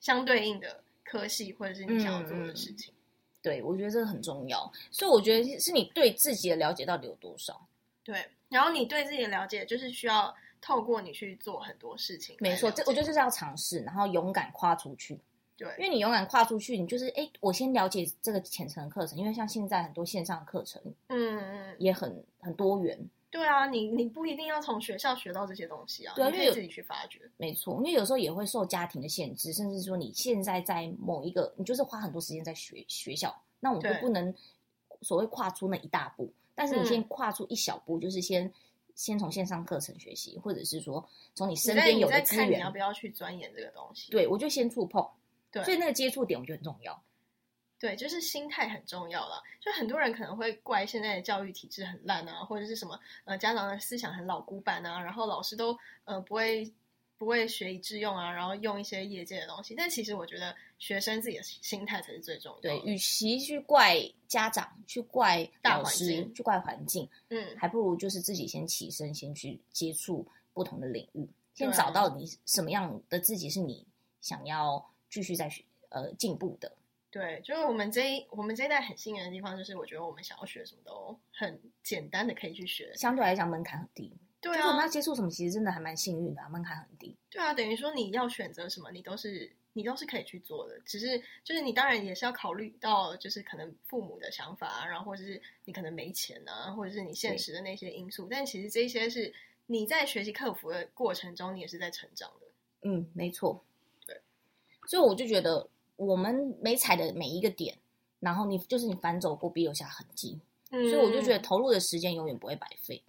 Speaker 1: 相对应的科系或者是你想要做的事
Speaker 2: 嗯
Speaker 1: 情。
Speaker 2: 对，我觉得这个很重要，所以我觉得是你对自己的了解到底有多少。
Speaker 1: 对，然后你对自己的了解，就是需要透过你去做很多事情来了解。
Speaker 2: 没错，这我觉得就是要尝试，然后勇敢跨出去。因
Speaker 1: 对，
Speaker 2: 为你勇敢跨出去，你就是哎，诶我先了解这个浅层课程，因为像现在很多线上课程
Speaker 1: 嗯嗯，
Speaker 2: 也很很多元，
Speaker 1: 对啊，你你不一定要从学校学到这些东西啊，
Speaker 2: 对啊
Speaker 1: 你可
Speaker 2: 因为
Speaker 1: 以
Speaker 2: 有
Speaker 1: 自己去发掘。
Speaker 2: 没错。因为有时候也会受家庭的限制，甚至说你现在在某一个，你就是花很多时间在学学校，那我们就
Speaker 1: 对
Speaker 2: 不能所谓跨出那一大步，但是你
Speaker 1: 嗯
Speaker 2: 先跨出一小步，就是先先从线上课程学习，或者是说从你
Speaker 1: 你
Speaker 2: 身
Speaker 1: 在
Speaker 2: 边
Speaker 1: 你
Speaker 2: 有
Speaker 1: 在
Speaker 2: 的资
Speaker 1: 看你要
Speaker 2: 源
Speaker 1: 不，要去钻研这个东西。
Speaker 2: 对我就先触碰，
Speaker 1: 对
Speaker 2: 所以那个接触点我觉得很重要。
Speaker 1: 对，就是心态很重要了。就很多人可能会怪现在的教育体制很烂啊，或者是什么呃家长的思想很老古板啊，然后老师都呃不会不会学以致用啊，然后用一些业界的东西。但其实我觉得学生自己的心态才是最重要
Speaker 2: 对
Speaker 1: 的。，
Speaker 2: 与其去怪家长、去怪
Speaker 1: 大
Speaker 2: 老
Speaker 1: 环
Speaker 2: 师、
Speaker 1: 境
Speaker 2: 去怪环境，
Speaker 1: 嗯，
Speaker 2: 还不如就是自己先起身，先去接触不同的领域，先
Speaker 1: 对啊
Speaker 2: 找到你什么样的自己是你想要继续在学呃进步的。
Speaker 1: 对，就是我们这一我们这一代很幸运的地方，就是我觉得我们想要学什么都很简单的可以去学。
Speaker 2: 相对来讲，门槛很低。
Speaker 1: 对
Speaker 2: 就是我
Speaker 1: 啊
Speaker 2: 们，要接触什么，其实真的还蛮幸运的啊、门槛很低。
Speaker 1: 对啊，等于说你要选择什么，你都是你都是可以去做的，只是就是你当然也是要考虑到，就是可能父母的想法啊，然后或者是你可能没钱啊，或者是你现实的那些因素，但其实这些是你在学习克服的过程中，你也是在成长的。
Speaker 2: 嗯，没错。
Speaker 1: 对，
Speaker 2: 所以我就觉得我们每踩的每一个点，然后你就是你反走过必留下痕迹，
Speaker 1: 嗯
Speaker 2: 所以我就觉得投入的时间永远不会白费。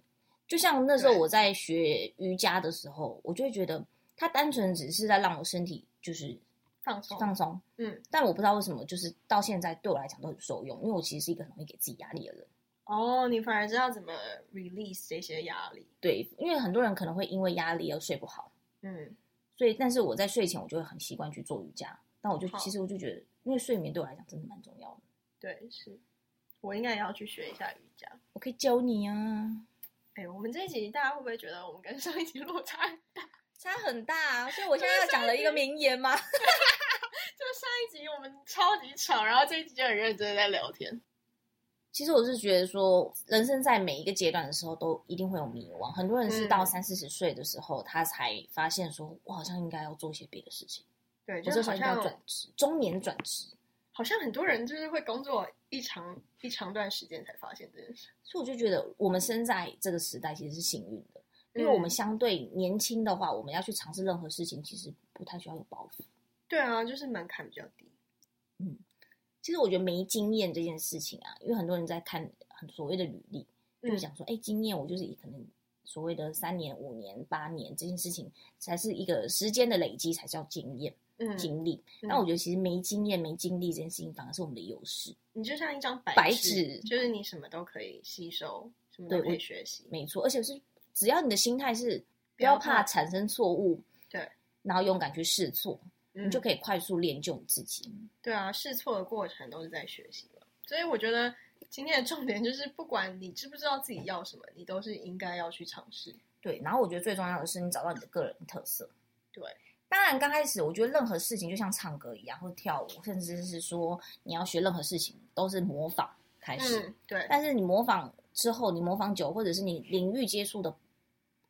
Speaker 2: 就像那时候我在学瑜伽的时候，我就会觉得它单纯只是在让我身体就是
Speaker 1: 放松，
Speaker 2: 放松，
Speaker 1: 嗯，
Speaker 2: 但我不知道为什么，就是到现在对我来讲都很受用，因为我其实是一个很容易给自己压力的人。
Speaker 1: 哦，你反而知道怎么 release 这些压力，
Speaker 2: 对，因为很多人可能会因为压力而睡不好，
Speaker 1: 嗯，
Speaker 2: 所以但是我在睡前我就会很习惯去做瑜伽，但我就
Speaker 1: 好
Speaker 2: 其实我就觉得，因为睡眠对我来讲真的蛮重要的，
Speaker 1: 对，是我应该也要去学一下瑜伽。
Speaker 2: 我可以教你啊，
Speaker 1: 哎，我们这一集大家会不会觉得我们跟上一集落差很大？
Speaker 2: 差很大、啊。所以我现在要讲了一个名言吗？
Speaker 1: 就上一集我们超级吵，然后这一集就很认真地在聊天。
Speaker 2: 其实我是觉得说，人生在每一个阶段的时候都一定会有迷惘，很多人是到
Speaker 1: 嗯
Speaker 2: 三四十岁的时候，他才发现说，我好像应该要做一些别的事情，
Speaker 1: 对，
Speaker 2: 我
Speaker 1: 就是
Speaker 2: 这时候
Speaker 1: 好
Speaker 2: 应该要
Speaker 1: 像
Speaker 2: 转职，中年转职。
Speaker 1: 好像很多人就是会工作一长一长段时间才发现这件事。
Speaker 2: 所以我就觉得我们生在这个时代其实是幸运的，因
Speaker 1: 嗯
Speaker 2: 为我们相对年轻的话，我们要去尝试任何事情，其实不太需要有包袱。
Speaker 1: 对啊，就是门槛比较低。
Speaker 2: 其实我觉得没经验这件事情啊，因为很多人在看很所谓的履历，就会
Speaker 1: 嗯
Speaker 2: 讲说，哎、经验我就是以可能所谓的三年、五年、八年这件事情，才是一个时间的累积，才叫经验、
Speaker 1: 嗯，
Speaker 2: 经历。
Speaker 1: 嗯
Speaker 2: 但我觉得其实没经验、没经历这件事情，反而是我们的优势。
Speaker 1: 你就像一张白
Speaker 2: 白纸
Speaker 1: 就是你什么都可以吸收，什么都
Speaker 2: 对
Speaker 1: 可
Speaker 2: 我
Speaker 1: 以学习。
Speaker 2: 没错，而且是只要你的心态是不
Speaker 1: 不要
Speaker 2: 要怕
Speaker 1: 怕
Speaker 2: 产生错误，
Speaker 1: 对，
Speaker 2: 然后勇敢去试错，
Speaker 1: 嗯
Speaker 2: 你就可以快速练就你自己。
Speaker 1: 对啊，试错的过程都是在学习嘛。所以我觉得今天的重点就是，不管你知不知道自己要什么，你都是应该要去尝试。
Speaker 2: 对，然后我觉得最重要的是你找到你的个人特色。
Speaker 1: 对，
Speaker 2: 当然刚开始我觉得任何事情就像唱歌一样，或跳舞，甚至是说你要学任何事情都是模仿开始。
Speaker 1: 嗯，对，
Speaker 2: 但是你模仿之后，你模仿久，或者是你领域接触的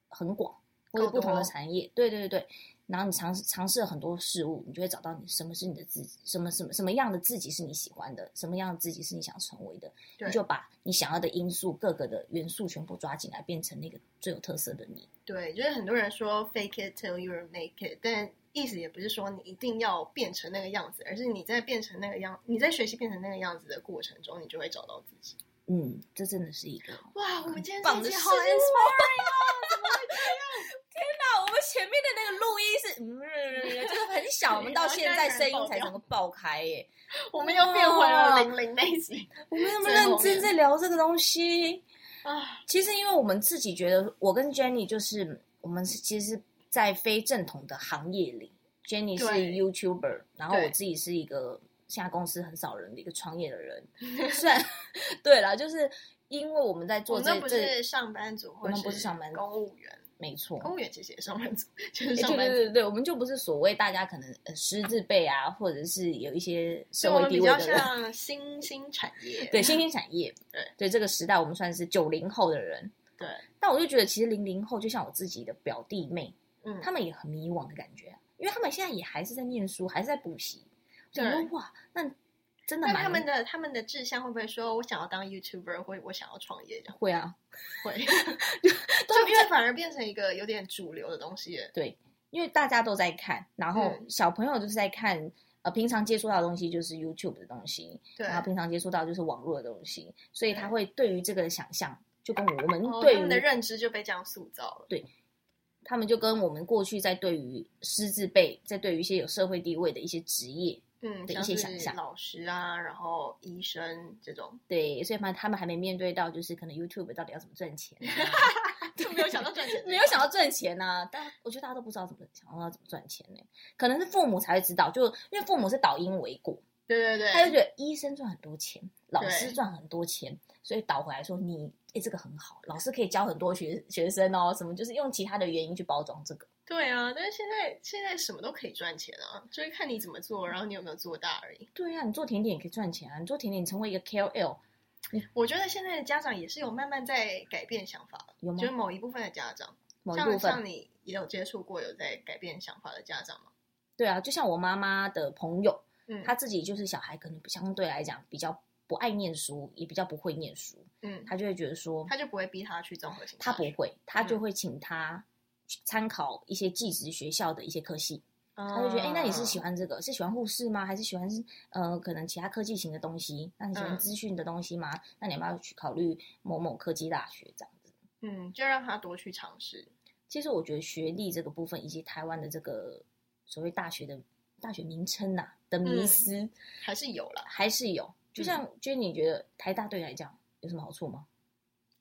Speaker 2: 很广，或者
Speaker 1: 够
Speaker 2: 不同的
Speaker 1: 多
Speaker 2: 产业，对对对对，然后你尝试尝试了很多事物，你就会找到你什么是你的自己，什么什么什么样的自己是你喜欢的，什么样的自己是你想成为的，
Speaker 1: 对
Speaker 2: 你就把你想要的因素各个的元素全部抓进来，变成那个最有特色的你。
Speaker 1: 对，就是很多人说 fake it till you make it，但意思也不是说你一定要变成那个样子，而是你在变成那个样，你在学习变成那个样子的过程中，你就会找到自己。
Speaker 2: 嗯，这真的是一个
Speaker 1: 哇，我们今天
Speaker 2: 棒
Speaker 1: 这
Speaker 2: 的
Speaker 1: 一集
Speaker 2: 事
Speaker 1: 好
Speaker 2: 物
Speaker 1: inspiring
Speaker 2: 啊 [LAUGHS] 那我们前面的那个录音是，嗯，就是很小，我们到现在声音才整个爆开耶。
Speaker 1: 我们又变回了零零那一
Speaker 2: [LAUGHS]
Speaker 1: 集
Speaker 2: 我们有没有
Speaker 1: 最后
Speaker 2: 认真
Speaker 1: 面
Speaker 2: 在聊这个东西？
Speaker 1: 啊，
Speaker 2: 其实，因为我们自己觉得，我跟 Jenny 就是我们是其实，在非正统的行业里，Jenny 是
Speaker 1: 对
Speaker 2: YouTuber，然后我
Speaker 1: 对
Speaker 2: 自己是一个现在公司很少人的一个创业的人。虽然对啦，就是因为我们在
Speaker 1: 我
Speaker 2: 做这
Speaker 1: 们不
Speaker 2: 这，
Speaker 1: 是上班族，
Speaker 2: 我
Speaker 1: 或
Speaker 2: 们不是上班族
Speaker 1: 公务员，
Speaker 2: 没错，
Speaker 1: 公务员其实也上班族，就是
Speaker 2: 欸
Speaker 1: 上
Speaker 2: 对
Speaker 1: 班
Speaker 2: 对
Speaker 1: 族。
Speaker 2: 对对，我们就不是所谓大家可能呃师字辈啊，或者是有一些
Speaker 1: 所以
Speaker 2: 社
Speaker 1: 我
Speaker 2: 会
Speaker 1: 们
Speaker 2: 地
Speaker 1: 比
Speaker 2: 位
Speaker 1: 较
Speaker 2: 的人，
Speaker 1: 像新兴产业，
Speaker 2: 对新兴产业，
Speaker 1: 对
Speaker 2: 对这个时代，我们算是九零后的人。
Speaker 1: 对，
Speaker 2: 但我就觉得，其实零零后就像我自己的表弟妹，
Speaker 1: 嗯，
Speaker 2: 他们也很迷惘的感觉，因为他们现在也还是在念书，还是在补习。
Speaker 1: 对
Speaker 2: 想说哇，那真的
Speaker 1: 那
Speaker 2: 蛮
Speaker 1: 他们的他们的志向会不会说，我想要当 YouTuber，或我想要创业这样？
Speaker 2: 会啊， [LAUGHS]
Speaker 1: 会，就因为反而变成一个有点主流的东西了。
Speaker 2: 对，因为大家都在看，然后
Speaker 1: 嗯
Speaker 2: 小朋友就是在看。呃，平常接触到的东西就是 YouTube 的东西，
Speaker 1: 对，
Speaker 2: 然后平常接触到就是网络的东西，所以他会对于这个的想象，就跟我们
Speaker 1: 哦
Speaker 2: 对
Speaker 1: 他们的
Speaker 2: 于、
Speaker 1: 认知就被这样塑造了。
Speaker 2: 他们就跟我们过去在对于师字辈，在对于一些有社会地位的一些职业，
Speaker 1: 嗯，
Speaker 2: 的一
Speaker 1: 像
Speaker 2: 些
Speaker 1: 是
Speaker 2: 想象
Speaker 1: 老师啊，然后医生这
Speaker 2: [LAUGHS]
Speaker 1: 种，
Speaker 2: 对，所以嘛，他们还没面对到就是可能 YouTube 到底要怎么赚钱啊、 [LAUGHS]
Speaker 1: 就没有想到赚钱，
Speaker 2: 没有想到赚钱呐、但我觉得大家都不知道怎么想到怎么赚钱呢、可能是父母才会知道，就因为父母是导因为果，
Speaker 1: 对对对，
Speaker 2: 他就觉得医生赚很多钱，老师
Speaker 1: 对
Speaker 2: 赚很多钱，所以倒回来说你哎这个很好，老师可以教很多学学生哦，什么就是用其他的原因去包装这个。
Speaker 1: 对啊，但是现在现在什么都可以赚钱啊，就是看你怎么做，然后你有没有做大而已。
Speaker 2: 对啊，你做甜点也可以赚钱啊，你做甜点你成为一个 KOL
Speaker 1: 我觉得现在的家长也是有慢慢在改变想法了，
Speaker 2: 有吗
Speaker 1: 就是？某一部分的家长，
Speaker 2: 某一部
Speaker 1: 像像
Speaker 2: 分
Speaker 1: 你也有接触过有在改变想法的家长吗？
Speaker 2: 对啊，就像我妈妈的朋友，
Speaker 1: 嗯，
Speaker 2: 她自己就是小孩，可能相对来讲比较不爱念书，也比较不会念书，
Speaker 1: 嗯，
Speaker 2: 她就会觉得说
Speaker 1: 他就不会逼他去综合性，
Speaker 2: 他不，会，他就
Speaker 1: 嗯
Speaker 2: 会请他参考一些技职学校的一些科系，他就觉得，哎、那你是
Speaker 1: 哦
Speaker 2: 喜欢这个，是喜欢护士吗？还是喜欢呃，可能其他科技型的东西？那你喜欢
Speaker 1: 嗯
Speaker 2: 资讯的东西吗？那你要不要去考虑某某科技大学这样子？
Speaker 1: 嗯，就让他多去尝试。
Speaker 2: 其实我觉得学历这个部分，以及台湾的这个所谓大学的大学名称呐、的迷
Speaker 1: 嗯
Speaker 2: 思、
Speaker 1: 还是有啦。
Speaker 2: 还是有。
Speaker 1: 嗯
Speaker 2: 就像娟，你觉得台大对你来讲有什么好处吗？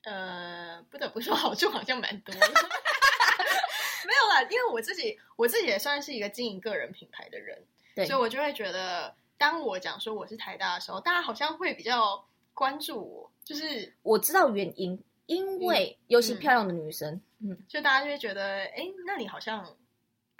Speaker 1: 呃，不得不说，好处好像蛮多的。 [LAUGHS] 没有啦，因为我自己，我自己也算是一个经营个人品牌的人，
Speaker 2: 对，
Speaker 1: 所以我就会觉得，当我讲说我是台大的时候，大家好像会比较关注我，就是
Speaker 2: 我知道原因，
Speaker 1: 嗯
Speaker 2: 因为尤其漂亮的女生，嗯，
Speaker 1: 就大家就会觉得，哎，那你好像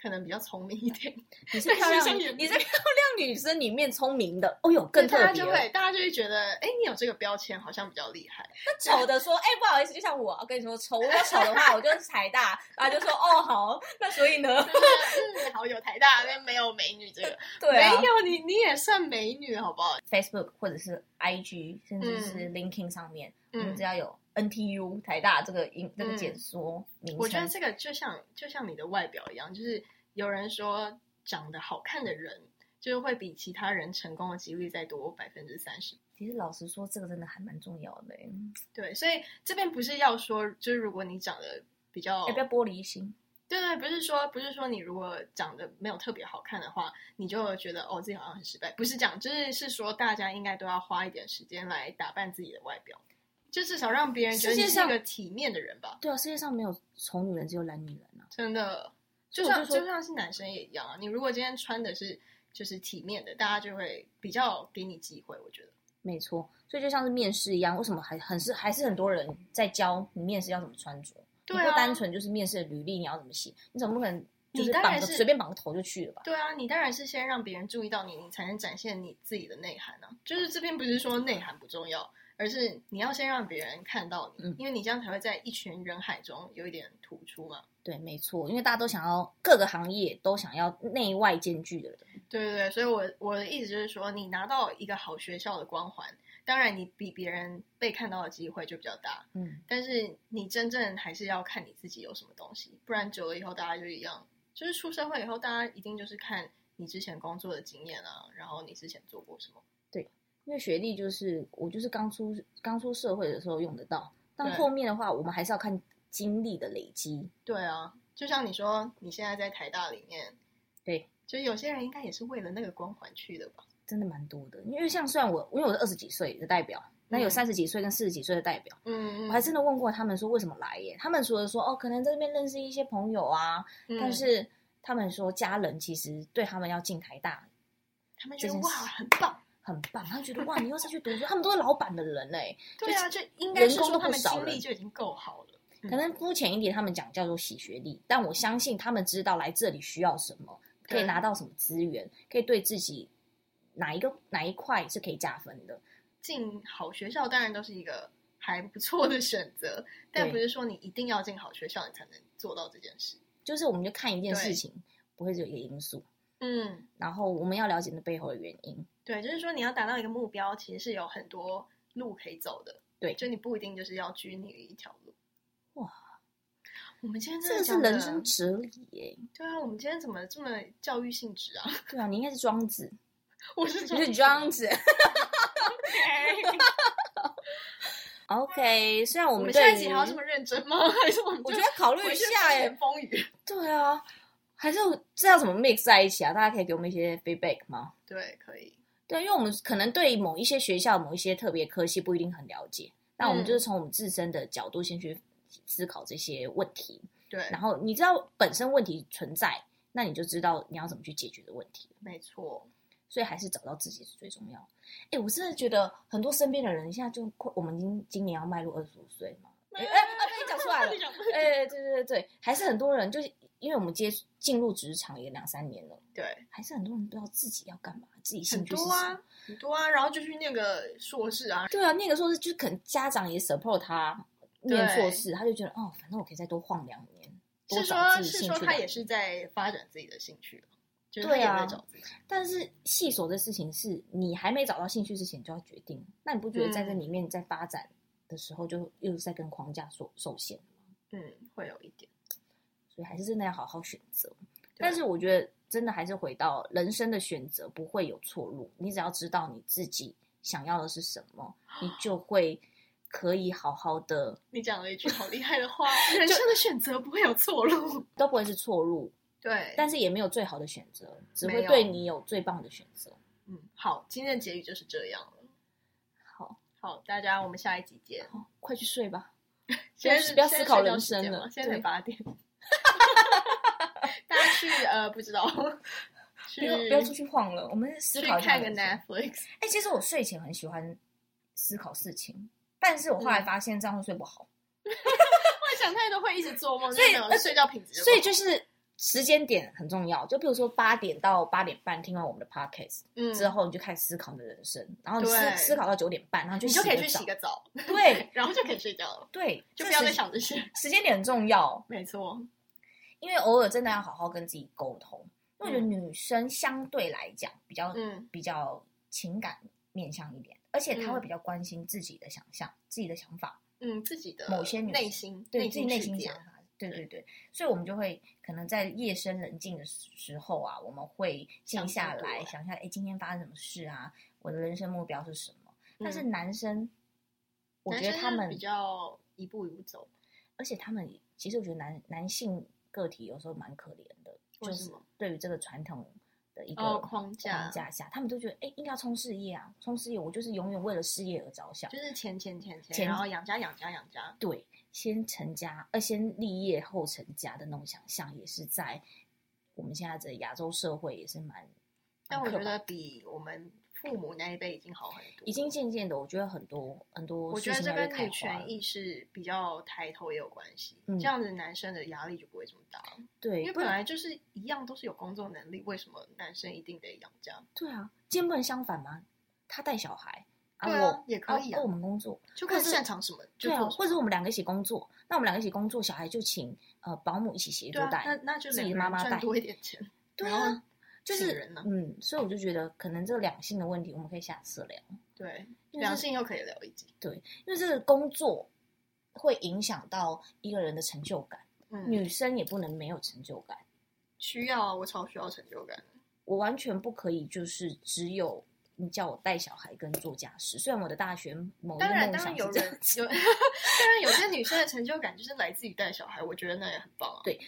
Speaker 1: 可能比较聪明一点，
Speaker 2: 你是
Speaker 1: 对
Speaker 2: 漂
Speaker 1: [LAUGHS] 学
Speaker 2: 亮
Speaker 1: 生也
Speaker 2: 女，
Speaker 1: 不
Speaker 2: 你
Speaker 1: 一
Speaker 2: 是漂亮女生里面聪明的，哦哟，更
Speaker 1: 对
Speaker 2: 特
Speaker 1: 大家
Speaker 2: 别
Speaker 1: 就
Speaker 2: 了。
Speaker 1: 会，大家就会觉得，哎，你有这个标签，好像比较厉
Speaker 2: [LAUGHS]
Speaker 1: 害。 [LAUGHS]
Speaker 2: 丑的说，哎、不好意思，就像我，跟你说丑，我丑的话，我就是财大，然后就说，哦，好，那所以呢，
Speaker 1: 就是嗯，好有台大，但没有美女这个，
Speaker 2: 对啊
Speaker 1: 没有你，你也算美女，好不好？
Speaker 2: [LAUGHS] ，Facebook 或者是 IG，甚至是 LinkedIn 上面，我们
Speaker 1: 嗯
Speaker 2: 只，要有 NTU 台大这个英这个
Speaker 1: 嗯
Speaker 2: 简缩名
Speaker 1: 我觉得
Speaker 2: 称，
Speaker 1: 这个就像就像你的外表一样，就是有人说长得好看的人，就是会比其他人成功的几率再多百分之三十。
Speaker 2: 其实老实说，这个真的还蛮重要的、欸，
Speaker 1: 对，所以这边不是要说，就是如果你长得比较，
Speaker 2: 要哎不要玻璃心？
Speaker 1: 对对，不是说不是说你如果长得没有特别好看的话，你就觉得哦自己好像很失败，不是这样，就是是说大家应该都要花一点时间来打扮自己的外表，就至少让别人觉得
Speaker 2: 世界
Speaker 1: 你是
Speaker 2: 上
Speaker 1: 一个体面的人吧。
Speaker 2: 对啊，世界上没有丑女人，只有懒女人啊。
Speaker 1: 真的，就
Speaker 2: 所以我
Speaker 1: 像
Speaker 2: 就说
Speaker 1: 就像是男生也一样啊。你如果今天穿的是就是体面的，大家就会比较给你机会。我觉得，
Speaker 2: 没错，所以就像是面试一样，为什么还很是还是很多人在教你面试要怎么穿着？
Speaker 1: 对
Speaker 2: 你
Speaker 1: 啊，
Speaker 2: 不单纯就是面试的履历你要怎么写，你总不可能就是
Speaker 1: 你当
Speaker 2: 绑
Speaker 1: 然
Speaker 2: 个
Speaker 1: 是
Speaker 2: 随便绑个头就去了吧？
Speaker 1: 对啊，你当然是先让别人注意到你，你才能展现你自己的内涵啊。就是这边不是说内涵不重要，而是你要先让别人看到你，
Speaker 2: 嗯
Speaker 1: 因为你这样才会在一群人海中有一点突出嘛。
Speaker 2: 对，没错，因为大家都想要各个行业都想要内外兼具的人，
Speaker 1: 对对对，所以我我的意思就是说，你拿到一个好学校的光环，当然你比别人被看到的机会就比较大。
Speaker 2: 嗯，
Speaker 1: 但是你真正还是要看你自己有什么东西，不然久了以后大家就一样，就是出社会以后，大家一定就是看你之前工作的经验啊，然后你之前做过什么。
Speaker 2: 因为学历就是我就是刚出刚出社会的时候用得到，但
Speaker 1: 对
Speaker 2: 后面的话我们还是要看经历的累积。
Speaker 1: 对啊，就像你说你现在在台大里面，
Speaker 2: 对，
Speaker 1: 就是有些人应该也是为了那个光环去的吧？
Speaker 2: 真的蛮多的，因为像虽然我因为我是二十几岁的代表，那有
Speaker 1: 嗯
Speaker 2: 三十几岁跟四十几岁的代表，
Speaker 1: 嗯
Speaker 2: 我还真的问过他们说为什么来耶？他们除了说哦，可能在这边认识一些朋友啊，
Speaker 1: 嗯
Speaker 2: 但是他们说家人其实对他们要进台大
Speaker 1: 他们觉得
Speaker 2: 这件
Speaker 1: 哇
Speaker 2: 事
Speaker 1: 很棒，
Speaker 2: 很棒，他们觉得哇，你又是去读书，他们都是老板的人哎嘞、
Speaker 1: 对啊，就应
Speaker 2: 人
Speaker 1: 该是
Speaker 2: 工都
Speaker 1: 说他
Speaker 2: 不
Speaker 1: 们
Speaker 2: 少
Speaker 1: 经
Speaker 2: 了
Speaker 1: 历就已经够好了。嗯
Speaker 2: 可能肤浅一点，他们讲叫做洗学历，但我相信他们知道来这里需要什么，可以
Speaker 1: 对
Speaker 2: 拿到什么资源，可以对自己哪一个哪一块是可以加分的。
Speaker 1: 进好学校当然都是一个还不错的选择，但
Speaker 2: 对
Speaker 1: 不是说你一定要进好学校你才能做到这件事。
Speaker 2: 就是我们就看一件事
Speaker 1: 对
Speaker 2: 情，不会只有一个因素，
Speaker 1: 嗯，
Speaker 2: 然后我们要了解那背后的原因。
Speaker 1: 对，就是说你要达到一个目标，其实是有很多路可以走的。
Speaker 2: 对
Speaker 1: 就你不一定就是要拘泥于一条路。
Speaker 2: 哇，
Speaker 1: 我们今天真
Speaker 2: 这
Speaker 1: 的
Speaker 2: 个是
Speaker 1: 讲得
Speaker 2: 人生哲理耶、
Speaker 1: 对啊，我们今天怎么这么教育性质啊？ [LAUGHS]
Speaker 2: 对啊，你应该是庄子，
Speaker 1: 我是
Speaker 2: 你是 [LAUGHS] 庄子。
Speaker 1: OK。
Speaker 2: OK，虽然我
Speaker 1: 我
Speaker 2: 们
Speaker 1: 们
Speaker 2: 对
Speaker 1: 下
Speaker 2: 于
Speaker 1: 一集还要这么认真吗？ [LAUGHS] 还是我们
Speaker 2: 我
Speaker 1: 就
Speaker 2: 觉得考虑
Speaker 1: 回
Speaker 2: 一
Speaker 1: 去
Speaker 2: 下哎
Speaker 1: 风
Speaker 2: 耶、
Speaker 1: 言风语？
Speaker 2: 对啊，还是这要怎么 mix 在一起啊？大家可以给我们一些 feedback 吗？
Speaker 1: 对，可以。
Speaker 2: 对，因为我们可能对某一些学校、某一些特别科系不一定很了解，那我们
Speaker 1: 嗯
Speaker 2: 就是从我们自身的角度先去思考这些问题，
Speaker 1: 对，
Speaker 2: 然后你知道本身问题存在，那你就知道你要怎么去解决的问题。
Speaker 1: 没错。
Speaker 2: 所以还是找到自己是最重要。哎，我真的觉得很多身边的人现在就快，我们已经今年要迈入二十五岁嘛。哎哎，啊被你讲出来了
Speaker 1: 你。讲
Speaker 2: 哎，对对对对，还是很多人就是因为我们接触进入职场也两三年了，
Speaker 1: [LAUGHS] 对，
Speaker 2: 还是很多人不知道自己要干嘛，自己兴
Speaker 1: 很
Speaker 2: 趣是
Speaker 1: 多
Speaker 2: 什么
Speaker 1: 啊。，很多啊，然后就去那个硕士啊，
Speaker 2: 对啊，那个时候是就是可能家长也 support 他念
Speaker 1: 对
Speaker 2: 硕士，他就觉得哦，反正我可以再多晃两年，多
Speaker 1: 是
Speaker 2: 找
Speaker 1: 说
Speaker 2: 自己
Speaker 1: 是
Speaker 2: 兴
Speaker 1: 说
Speaker 2: 趣
Speaker 1: 他
Speaker 2: 两
Speaker 1: 也
Speaker 2: 年。
Speaker 1: 是在发展自己的兴趣，就是他
Speaker 2: 对
Speaker 1: 也
Speaker 2: 啊
Speaker 1: 在找自己。
Speaker 2: 但是细所的事情是你还没找到兴趣之前就要决定，那你不觉得在这
Speaker 1: 嗯
Speaker 2: 里面在发展的时候就又是在跟框架所受限？
Speaker 1: 嗯，会有一点。
Speaker 2: 所以还是真的要好好选择。
Speaker 1: 对啊
Speaker 2: 但是我觉得真的还是回到人生的选择不会有错路，你只要知道你自己想要的是什么，你就会可以好好的，
Speaker 1: 你讲了一句好厉害的
Speaker 2: [LAUGHS]
Speaker 1: 话，人生的选择不会有错路。
Speaker 2: 都不会是错路，
Speaker 1: 对，
Speaker 2: 但是也没有最好的选择，只
Speaker 1: 没
Speaker 2: 会
Speaker 1: 有
Speaker 2: 对你有最棒的选择。
Speaker 1: 嗯，好，今天的结语就是这样了。
Speaker 2: 好，
Speaker 1: 好，大家我们下一集见。
Speaker 2: 好，快去睡吧。
Speaker 1: 现在
Speaker 2: 就是
Speaker 1: 是
Speaker 2: 不要
Speaker 1: 现
Speaker 2: 思
Speaker 1: 在
Speaker 2: 考
Speaker 1: 睡觉
Speaker 2: 人
Speaker 1: 时
Speaker 2: 生
Speaker 1: 间
Speaker 2: 了
Speaker 1: 吗现在
Speaker 2: 对
Speaker 1: 才八
Speaker 2: [LAUGHS]
Speaker 1: 点。大家去呃不知
Speaker 2: [LAUGHS]
Speaker 1: 道，
Speaker 2: 不
Speaker 1: 去
Speaker 2: 要不要出去晃了，我们思
Speaker 1: 去
Speaker 2: 考一下
Speaker 1: 看个
Speaker 2: 人生
Speaker 1: Netflix。
Speaker 2: 哎、其实我睡前很喜欢思考事情，但是我
Speaker 1: 嗯
Speaker 2: 后来发现这样会睡不好，
Speaker 1: 幻想太多会一直做梦，
Speaker 2: 所以
Speaker 1: 真的
Speaker 2: 而且
Speaker 1: 睡觉品质不好。
Speaker 2: 所以就是时间点很重要。就比如说八点到八点半听完我们的 podcast、
Speaker 1: 嗯
Speaker 2: 之后，你就开始思考你的人生，然后你
Speaker 1: 对
Speaker 2: 思思考到九点半，然后
Speaker 1: 你就可以去洗
Speaker 2: 洗个
Speaker 1: 个澡，
Speaker 2: 澡。对
Speaker 1: 然后就可以睡觉了，
Speaker 2: 对，
Speaker 1: [LAUGHS] 就
Speaker 2: 这
Speaker 1: 不要再
Speaker 2: 时
Speaker 1: 想这
Speaker 2: [LAUGHS]
Speaker 1: 些。
Speaker 2: 时间点很重要，
Speaker 1: 没错，
Speaker 2: 因为偶尔真的要好好跟自己沟通。因为我觉得
Speaker 1: 嗯
Speaker 2: 女生相对来讲比较、
Speaker 1: 嗯
Speaker 2: 比较情感面向一点，而且她会
Speaker 1: 嗯
Speaker 2: 比较关心自己的想象、自己的想法。
Speaker 1: 嗯，自己的
Speaker 2: 某些女
Speaker 1: 内心，
Speaker 2: 对自己内
Speaker 1: 世
Speaker 2: 心
Speaker 1: 界
Speaker 2: 想法，对对对，所以我们就会可能在夜深人静的时候啊，我们会静
Speaker 1: 想
Speaker 2: 下
Speaker 1: 更多
Speaker 2: 来
Speaker 1: 啊
Speaker 2: 想一下，哎，今天发生什么事啊？我的人生目标是什么？但是
Speaker 1: 嗯
Speaker 2: 男生，我觉
Speaker 1: 男
Speaker 2: 得
Speaker 1: 生
Speaker 2: 他
Speaker 1: 是
Speaker 2: 们
Speaker 1: 比，较一步一步走，
Speaker 2: 而且他们其实我觉得男男性个体有时候蛮可怜的，
Speaker 1: 为
Speaker 2: 就
Speaker 1: 什
Speaker 2: 是
Speaker 1: 么
Speaker 2: 对于这个传统的一个
Speaker 1: 哦框架
Speaker 2: 框架下，他们都觉得哎，应该要冲事业啊，冲事业，我就是永远为了事业而着想
Speaker 1: 就。是钱钱钱钱，
Speaker 2: 钱
Speaker 1: 然后养家养家养家，
Speaker 2: 对，先成家，呃，先立业后成家的那种想象，也是在我们现在的亚洲社会也是蛮，
Speaker 1: 但
Speaker 2: 蛮
Speaker 1: 我
Speaker 2: 刻
Speaker 1: 觉
Speaker 2: 板
Speaker 1: 得比我们父母那一辈已经好很多，
Speaker 2: 已经渐渐的，我觉得很多很多
Speaker 1: 我
Speaker 2: 事
Speaker 1: 觉得
Speaker 2: 情
Speaker 1: 这
Speaker 2: 要被
Speaker 1: 跟
Speaker 2: 开
Speaker 1: 女
Speaker 2: 花了
Speaker 1: 权，意识比较抬头也有关系，
Speaker 2: 嗯
Speaker 1: 这样子男生的压力就不会这么大，
Speaker 2: 对，
Speaker 1: 因为
Speaker 2: 不
Speaker 1: 本
Speaker 2: 然
Speaker 1: 来就是一样都是有工作能力，为什么男生一定得养家？
Speaker 2: 对啊，今天不能相反吗？他带小孩，
Speaker 1: 对啊
Speaker 2: 我
Speaker 1: 也可以啊
Speaker 2: 啊我们工作，
Speaker 1: 就看
Speaker 2: 或者是
Speaker 1: 擅长什么就
Speaker 2: 对啊，
Speaker 1: 做
Speaker 2: 或
Speaker 1: 什
Speaker 2: 者
Speaker 1: 么。
Speaker 2: 我们两个一起工作，那我们两个一起工作，小孩就请呃保姆一起协助
Speaker 1: 对啊，那
Speaker 2: 带，
Speaker 1: 那就
Speaker 2: 自己
Speaker 1: 两
Speaker 2: 的
Speaker 1: 个
Speaker 2: 妈
Speaker 1: 人
Speaker 2: 妈带
Speaker 1: 赚多一点钱，
Speaker 2: 对
Speaker 1: 然后
Speaker 2: 啊，就
Speaker 1: 请
Speaker 2: 是
Speaker 1: 人呢
Speaker 2: 嗯，所以我就觉得可能这两性的问题，我们可以下次聊。
Speaker 1: 对，啊
Speaker 2: 因为
Speaker 1: 良
Speaker 2: 这
Speaker 1: 性又可以聊一集。
Speaker 2: 因为这个工作会影响到一个人的成就感，
Speaker 1: 嗯，
Speaker 2: 女生也不能没有成就感。
Speaker 1: 需要啊，我超需要成就感。
Speaker 2: 我完全不可以就是只有你叫我带小孩跟做家事，虽然我的大学某一个
Speaker 1: 当然，
Speaker 2: 哦梦
Speaker 1: 当
Speaker 2: 想
Speaker 1: 然
Speaker 2: 是
Speaker 1: 有
Speaker 2: 这
Speaker 1: 人
Speaker 2: 样子，
Speaker 1: 有， [LAUGHS] 当然有些女生的成就感就是来自于带小孩，我觉得那也很棒啊。
Speaker 2: 对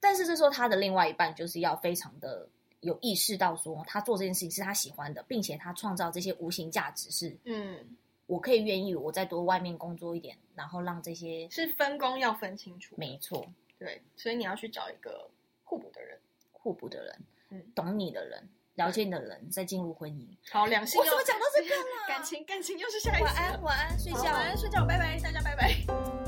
Speaker 2: 但是这时候他的另外一半就是要非常的。有意识到说他做这件事情是他喜欢的，并且他创造这些无形价值是，
Speaker 1: 嗯，
Speaker 2: 我可以愿意我再多外面工作一点，然后让这些
Speaker 1: 是分工要分清楚。
Speaker 2: 没错
Speaker 1: 对，所以你要去找一个互补的人。
Speaker 2: 互补的人、
Speaker 1: 嗯
Speaker 2: 懂你的人、了解你的人，再进入婚姻。
Speaker 1: 好，良性
Speaker 2: 我
Speaker 1: 又。
Speaker 2: 怎么讲到这个啦
Speaker 1: [LAUGHS] 感情，感情又是下一集
Speaker 2: 晚安，
Speaker 1: 了。
Speaker 2: 晚安，睡
Speaker 1: 好
Speaker 2: 觉。
Speaker 1: 晚安，睡觉，拜拜，大家拜拜。